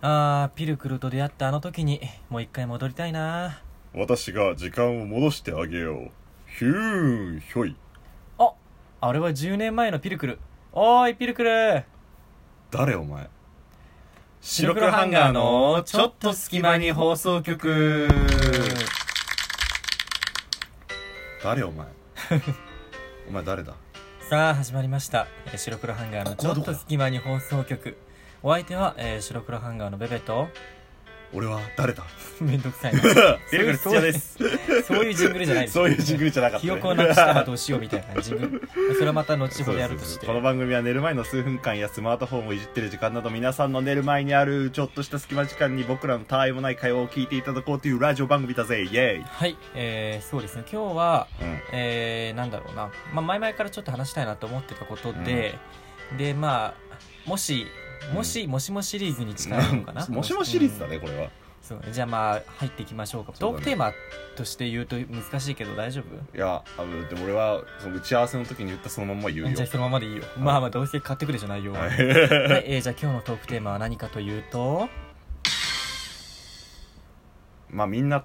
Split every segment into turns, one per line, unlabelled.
あーピルクルと出会ったあの時にもう一回戻りたいな
私が時間を戻してあげようヒューンひょい
ああれは10年前のピルクルおーいピルクル
誰お前
白黒ハンガーのちょっと隙間に放
送局
誰お前 お前誰だ
さあ始まりましたえー白黒ハンガーの
こ
ち
こ
ょ
はど
っ
ことだ
隙間に放送局お相手は、えー白黒ハンガーのベベ と
俺は 誰だ
めんどくさいな
ピルクル土屋です
そういうジングルじゃないです
そういうジングルじゃなかった、
記
ね、
憶をなくしたらどうしようみたいなジングルそれはまた後ほどやるとして
この番組は寝る前の数分間やスマートフォンをいじってる時間など皆さんの寝る前にあるちょっとした隙間時間に僕らのたわいもない会話を聞いていただこうというラジオ番組だぜイエ
はい、えー、そうですね今日は
ーイ、うん、
えー、なんだろうな、まあ、前々からちょっと話したいなと思ってたことで、でまあもしもし、もしもシリーズに近いのかな
もしもシリーズだね
うん
これは
そうねじゃあまあ入っていきましょうか
そ
トー
うだ
ク
ね
テーマとして言うと難しいけど大丈夫
いやあのでも俺はその打ち合わせの時に言ったそのまんま言うよ
じゃあそのままでいいよまあまあどうせ買ってくるじゃないよ、は
はいい
えーじゃあ今日のトークテーマは何かというと
まあみんな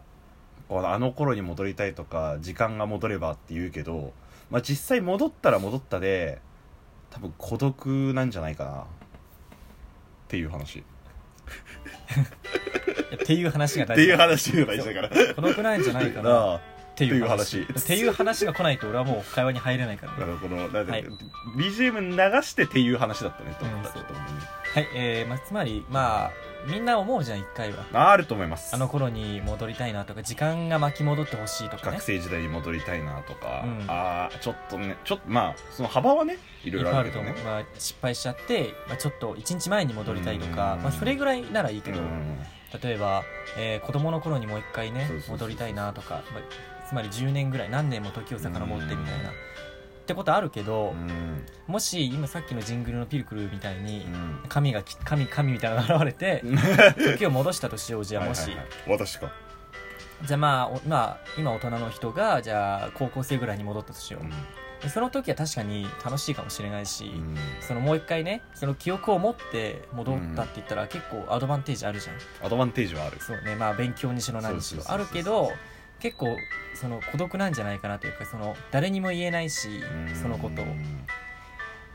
こうあの頃に戻りたいとか時間が戻ればって言うけど、まあ、実際戻ったら戻ったで多分孤独なんじゃないかなっていう話っ
っていう話が大
て
事
いう話が大事だから
このくらいじゃないか
な
なっ
あ
ていう
っていう話
っていう話が来ないと俺はもう会話に入れないからね
だからこのなん
は
だ
い
ろう BGM 流してっていう話だったねと思った、
うん
ちょっと
はいえーまあ、つまりまあみんな思うじゃん一回は
あると思います
あの頃に戻りたいなとか時間が巻き戻ってほしいとかね
学生時代に戻りたいなとか、
うん
ああちょっとねちょっとまあその幅はねいろい
いっ
ろ
ぱい
あ
あ
る
る
け
と
ど
思う
ね、
まあ、失敗しちゃって、まあ、ちょっと1日前に戻りたいとか、
うん
まあ、それぐらいならいいけ
う
ど、
ん
例えば、えー子供の頃にもう一回ね
そうそうそう
戻りたいなとか、まあ、つまり10年ぐらい何年も時を遡ってみたいな、
うん
ってことあるけど、
うん
もし今さっきのジングルのピルクルみたいに、
うん
神がき神神みたいなのが現れて時を戻したとしようじゃあもし、
はいはいはい
私か
じゃあまあおまあ今大人の人がじゃあ高校生ぐらいに戻ったとしよう、でその時は確かに楽しいかもしれないし、
うん
そのもう一回ねその記憶を持って戻ったって言ったら結構アドバンテージあるじゃん、
アドバンテージはある
そうねまあ勉強にしろ何にしろ
そ
あ
うそ
る
うそうそ
け
う
ど結構その孤独なんじゃないかなというかその誰にも言えないし
うん
そのことを、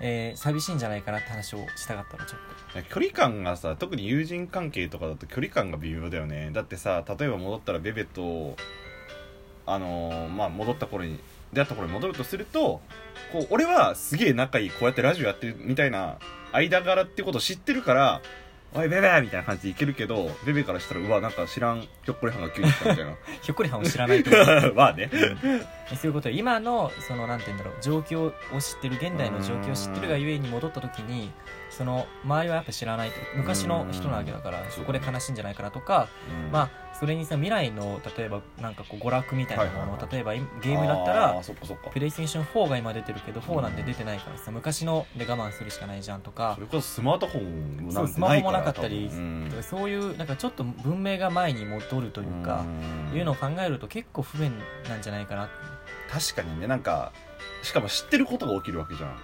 えー寂しいんじゃないかなって話をしたかったのちょっ
距離感がさ特に友人関係とかだと距離感が微妙だよねだってさ例えば戻ったらベベとあのーまあ戻った頃に出会った頃に戻るとするとこう俺はすげえ仲いいこうやってラジオやってるみたいな間柄ってことを知ってるから「おいベベ!」みたいな感じでいけるけどベベからしたら「うわなんか知らんひょっこりはんが急に来た」みたい
と ひょっこりはんを知らないと思う
なまあね
えそういうことで今のそのなんて言うんだろう状況を知ってる現代の状況を知ってるがゆえに戻った時にその周りはやっぱ知らないと昔の人なわけだから
ん
そこで悲しいんじゃないかなとか、まあそれにさ未来の例えばなんかこう娯楽みたいなもの、
はいはいはい
例えば今
あ
ゲームだった
あ
ら
ーそっかそっか
プレイステーション4が今出てるけど
ん
4なんて出てないからさ昔ので我慢するしかないじゃんとか
それこそスマートフォンもなんてないから
そうスマホもなかったり
多分うん
そういうなんかちょっと文明が前に戻るというか、いうのを考えると結構不便なんじゃないかな
確かにねなんかしかも知ってることが起きるわけじゃん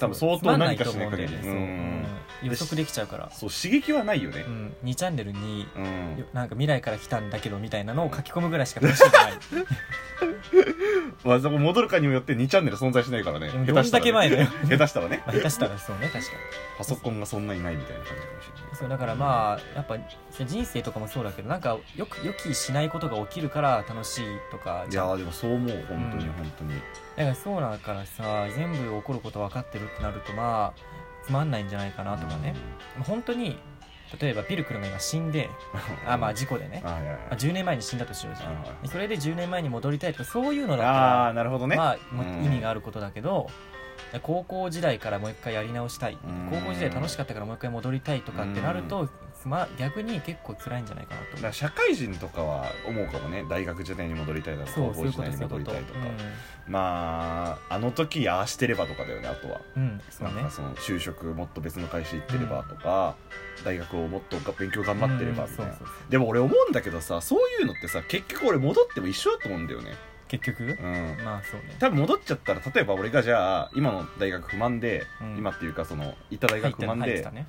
多分相
つま
当
んな
何
い
か
と
し
思
な
う
い
んだ
限
よ
り
ねそ
う
う、うん
ん
予測できちゃうから、
そう刺激はないよね
うん、2チャンネルに
うん
なんか未来から来たんだけどみたいなのを書き込むぐらいしか楽しみ ない
まあそこ戻るかにもよって2チャンネル存在しないからね
うん
下手した
どんだ
らね
け前だよ
下手したらね
まあ下手したらそうね確かに
パソコンがそんなにないみたいな感じかもしれない
そうだからまあやっぱ人生とかもそうだけどなんかよく予期しないことが起きるから楽しいとか
い
じゃ
や
ん
ーでもそう思う本当に
うん
本当に
だからそうだからさ全部起こること分かってるってなるとまあつまんないんじゃないかなとかね、本当に例えばピルクルが今死んであまあ事故でね
あはいはい
まあ10年前に死んだとしようじゃ
はいはい
んでそれで10年前に戻りたいとかそういうのだったら
ああーなるほどね
まあもう
うん
意味があることだけど、高校時代からもう一回やり直したい、
うん
高校時代楽しかったからもう一回戻りたいとかってなると、まあ、逆に結構辛いんじゃないかなと
だから社会人とかは思うかもね大学時代に戻りたいだとか
そう
高
そう
校
いう
時
こと
代
そう
に
いうこ
戻り
と
たいとかまああの時ああしてればとかだよねあとは
うん、うん、そう
なん
ね
かその就職もっと別の会社行ってればとか、大学をもっとが勉強頑張ってればみたいな、
うんそうそうそう
でも俺思うんだけどさそういうのってさ結局俺戻っても一緒だと思うんだよね
結局
うん
まあそうね
多分戻っちゃったら例えば俺がじゃあ今の大学不満で、
うん
今っていうかその行った大学不満
入っ
で、
てたね、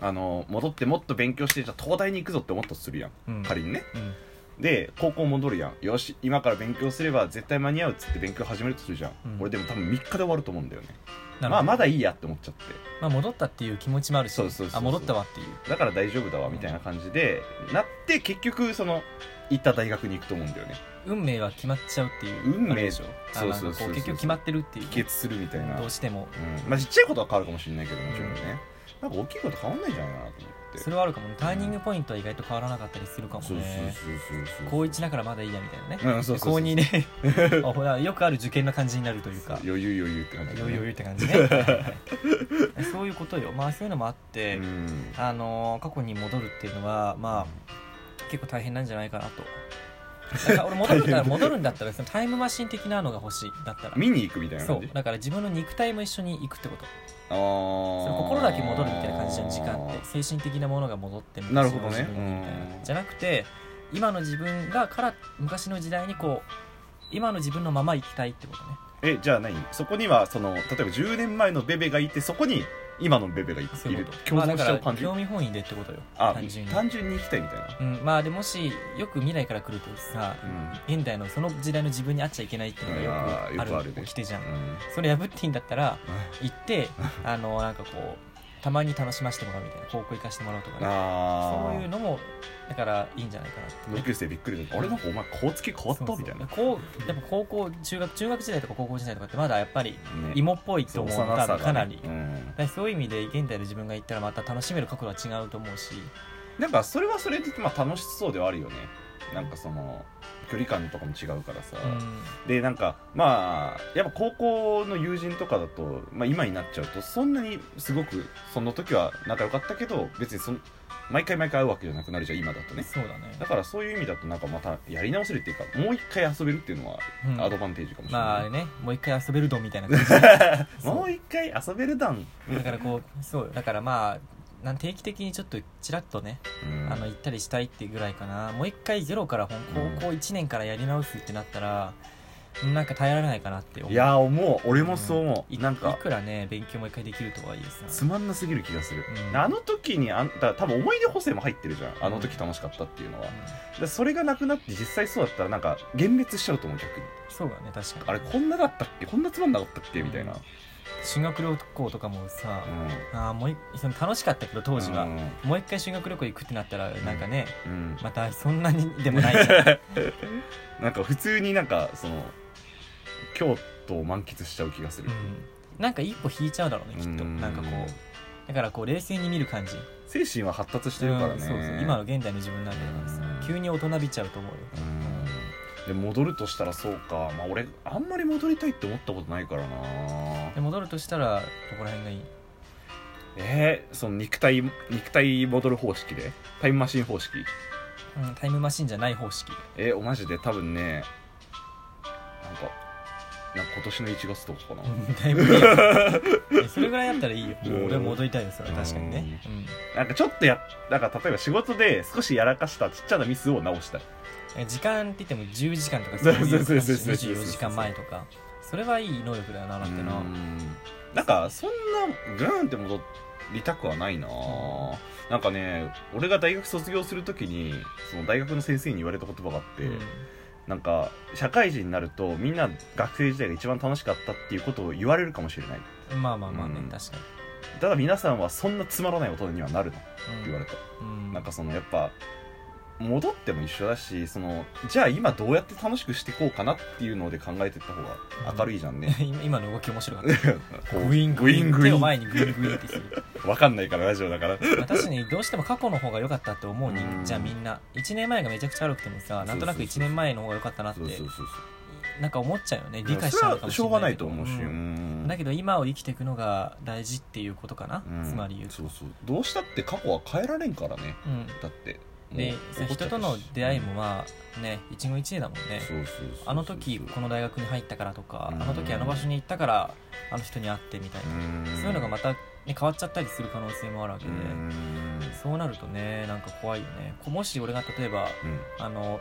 あの戻ってもっと勉強してじゃあ東大に行くぞって思ったとするやん
うん
仮にね
うん
で高校戻るやんよし今から勉強すれば絶対間に合うっつって勉強始めるとするじゃん、
うん
俺でも多分3日で終わると思うんだよね
なるほど
まあまだいいやって思っちゃって
まあ戻ったっていう気持ちもあるし
そうそうそうそ
あ
う
戻ったわっていう
だから大丈夫だわみたいな感じで、なって結局その行った大学に行くと思うんだよね
運命は決まっちゃうっていう
運命
あれでしょ
そうそうそ
あなんかこ
う
結局決まってるっていう
帰結するみたいな、うん
どうしても
まあちっちゃいことは変わるかもしれないけどもちろんね、なんか大きいこと変わんないんじゃないかなと思って
それはあるかもねターニングポイントは意外と変わらなかったりするかもね
そうそうそうそう
高1だからまだいいやみたいなね、
うんそうそ
高
うそう
2ね あほらよくある受験な感じになるというか
余裕余裕って感じ、ね、
余裕って感じね はいはいはいそういうことよまあそういうのもあって、
うん
あのー過去に戻るっていうのはまあ結構大変なんじゃないかなとだから俺戻るんだ
大変
戻るんだったらそのタイムマシン的なのが欲しいだったら
見に行くみたいな
そ
感
う
じ
だから自分の肉体も一緒に行くってこと
あ
そ
ー
の心だけ戻るみたいな感じじゃん時間って精神的なものが戻って昔の
なるほどね
自分にみたいな
うん
じゃなくて今の自分がから昔の時代にこう今の自分のまま生きたいってことね
えじゃあ何そこにはその例えば10年前のベベがいてそこに今のベベがい
そうい
る
うこと
共
まあ
存
だか
しちゃう
ら
感じ、
興味本位でってことよ
あ
単純に
単純に行きたいみたいな、
うん、まあでもしよく未来から来るとさ現代のその時代の自分に会っちゃいけないっていうのが
いやー
よ
よ
く
く
あ
あ
る
るね
起きてじゃん
うんうん
それ破っていいんだったら行ってあのなんかこうたまに楽しませてもらうみたいな方向行かせてもらうとかね
あ
そう
あ
いうのもだからいいんじゃないかなって
同級生びっくりだあれなんかお前顔つき変わった
そうそう
みたいな、ね、
こうやっぱ高校中学中学時代とか高校時代とかってまだやっぱり芋っぽいと思う
そう幼
多
さがね
分かなり、
う
だ
ん
からそういう意味で現代で自分が行ったらまた楽しめる角度は違うと思うし
なんかそれはそれで、まあ、楽しそうではあるよねなんかその距離感とかも違うからさ、
うん
でなんかまあやっぱ高校の友人とかだと、まあ、今になっちゃうとそんなにすごくその時は仲良かったけど別にそん毎回毎回会うわけじゃなくなるじゃん今だとね
そうだね
だからそういう意味だとなんかまたやり直せるっていうかもう一回遊べるっていうのは
うん
アドバンテージかもしれ
ま
な
あ
い、
ねもう一回遊べるどみたいな感じそう
もう一回遊べるだん、
だからこ うそうよだからまあなん定期的にちょっとちらっとね、
うん
あの行ったりしたいっていうぐらいかなもう一回ゼロからほん高校1年からやり直すってなったら、なんか耐えられないかなって思う
いやー思う俺もそう思う、
い
なん
い
か
くらね勉強もう一回できるとはいえ
つ
さ
まんなすぎる気がする、
うん
あの時にあんた多分思い出補正も入ってるじゃんあの時楽しかったっていうのは、でそれがなくなって実際そうだったらなんか幻滅しちゃうと思う逆に
そうだね確かに
あれこんなだったっけこんなつまんなかったっけみたいな、
うん修学旅行とかもさ、
うん
あーもういその楽しかったけど当時は、
うん
もう一回修学旅行行くってなったらなんかね、
うん
またそんなにでもないじゃん
なんか普通になんかその京都を満喫しちゃう気がする、
うんなんか一歩引いちゃうだろうねきっと
うん
なんかこうだからこう冷静に見る感じ
精神は発達してるから
うん
ね
そうそう今の現代の自分なんだから
う
さ
ん
急に大人びちゃうと思うよ
うんで戻るとしたらそうかまあ俺あんまり戻りたいって思ったことないからな
で戻るとしたらどこら辺がいい
えー、その肉体肉体戻る方式でタイムマシン方式
うんタイムマシンじゃない方式
えー、おマジで多分ねなんかなんか今年の1月とかかな、
だいぶいいよそれぐらいだったらいいよもう俺
うん
戻りたいですそれは確かにねうん
なんかちょっとやなんか例えば仕事で少しやらかしたちっちゃなミスを直したい
時間って言っても10時間とか
そう
い
そうそうそう
感じ24時間前とかそれはいい能力だよなだってな
うんなんかそんなグーンって戻りたくはないななんかね俺が大学卒業するときにその大学の先生に言われた言葉があって、
うん
なんか社会人になるとみんな学生時代が一番楽しかったっていうことを言われるかもしれない
まあまあまあね
うん
確かに
ただ皆さんはそんなつまらない大人にはなるなって
うん
言われた、
うん
なんかそのやっぱ戻っても一緒だしそのじゃあ今どうやって楽しくしていこうかなっていうので考えていった方が明るいじゃんね、
今今の動き面白かった
こう
グイング
グ
イ
イ
ン
ングイ
手を
ン
前にグイングインってする
わかんないからラジオだから
私ねどうしても過去の方が良かったって思う人間じゃん
うん
みんな1年前がめちゃくちゃ悪くてもさなんとなく
そうそ
1
うそう
年前の方が良かったなって
そう
なんか思っちゃうよね理解しちゃうのかもしれない
それはしょうがないと思うし、
ん
うん
だけど今を生きていくのが大事っていうことかな、
うん
つまり言うと
そうそうどうしたって過去は変えられんからね
うん
だってもう
で
起こっち
人
ゃったし
との出会いもまあね一期一会だもん
うん
ね
そうそうそうそう
あの時この大学に入ったからとかあ
うん
の時あの場所に行ったからあの人に会ってみたいな
うん
そういうのがまた、ね、変わっちゃったりする可能性もあるわけ
う
で
ん
そうなるとねなんか怖いよねこうもし俺が例えば
うん
あの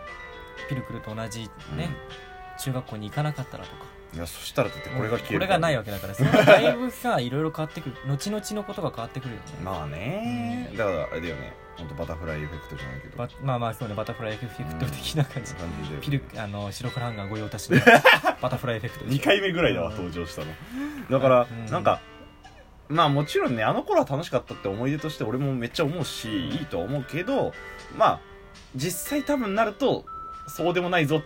ピルクルと同じね
うん
中学校に行かなかったらとか
いやそしたらだってこれが消える
これがないわけだからそれはだいぶさいろいろ変わってくる後々のことが変わってくるよね、
まあねだからあれだよね本当バタフライエフェクトじゃないけど
ばまあまあそうねバタフライエフェクト的な感じ、
感じで
ピルあの白フランガー御用 達のバタフライエフェクト
2回目ぐらいだわ登場したのだから、
うん
なんかまあもちろんねあの頃は楽しかったって思い出として俺もめっちゃ思うし、いいとは思うけどまあ実際多分なるとそうでもないぞ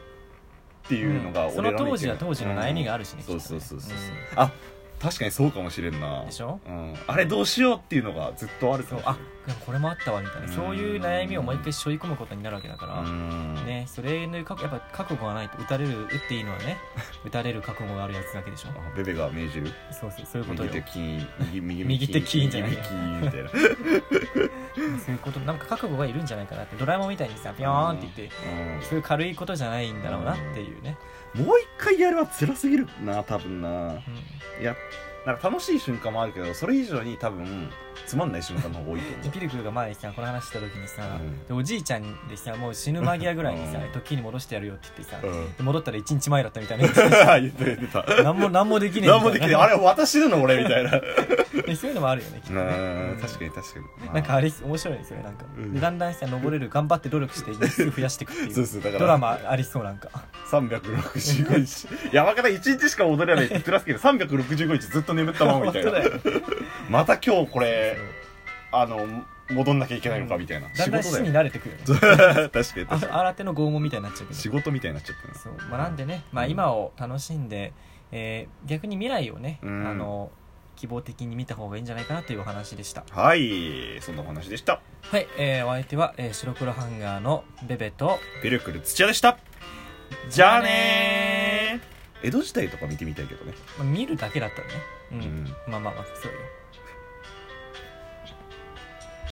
っていうのが
そ
俺
の
らの意見、
当時は当時の悩みがあるしね、
うん
きっとね
そうそうそうそう
うん
あ確かにそうかもしれんな
でしょ
うん、あれどうしようっていうのがずっとあるか
そ
も
う
しれ
あ
ない
でもこれもあったわみたいな、
うん
そういう悩みをもう一回背負い込むことになるわけだから、
うん
ねそれの覚やっぱ覚悟がないと打たれる打っていいのはね打たれる覚悟があるやつだけでしょ
あベベが命じる
そうそうそういうこと
右
よ
手金右右
右手金じゃない
右手金みたいな
そういうことなんか覚悟がいるんじゃないかなってドラえもんみたいにさピョーンって言って、
うん
そういう軽いことじゃないんだろうなっていうね、
もう一回やるは辛すぎるな多分な
うん
いやなんか楽しい瞬間もあるけどそれ以上に多分つまんない瞬間の方が多いと思
で
う
ピルクルが前にさこの話した時にさ、
うん
でおじいちゃんでさもう死ぬ間際ぐらいにさ、
うん
時に戻してやるよって言ってさ、
うん
で戻ったら1日前だったみたいな
言ってた言ってた
何も何もできねえみたい
何もできないあれ私なの俺みたい な
でそういうのもあるよねきっとね
うん
うん
確かに確かに
なんかあれ面白いですよねなんか、
うん
でだんだんさ登れる頑張って努力して日数増やしていく っていう
そうそうだから
ドラマありそうなんか
365日山形1日しか踊れないって言ってますけど365日ずっと眠ったままみた い
本当だ
な
よ
また今日これ
そ
あの戻んなきゃいけないのかみたいな
うだんだん死に慣れてくるよね
確かに
あ
確か
新手の拷問みたいになっちゃうけ
に
ど
仕事みたいになっちゃったね
そう、まあ、なんでね、まあ、今を楽しんで、えー逆に未来をね、
うん
あの希望的に見た方がいいんじゃないかなというお話でした
はいそんなお話でした
はい、えーお相手は、えー白黒ハンガーのベベと
ピルクル土屋でしたじゃあねー江戸時代とか見てみたいけどね
まあ見るだけだったらねうん、
うん
まあまあまあそうよ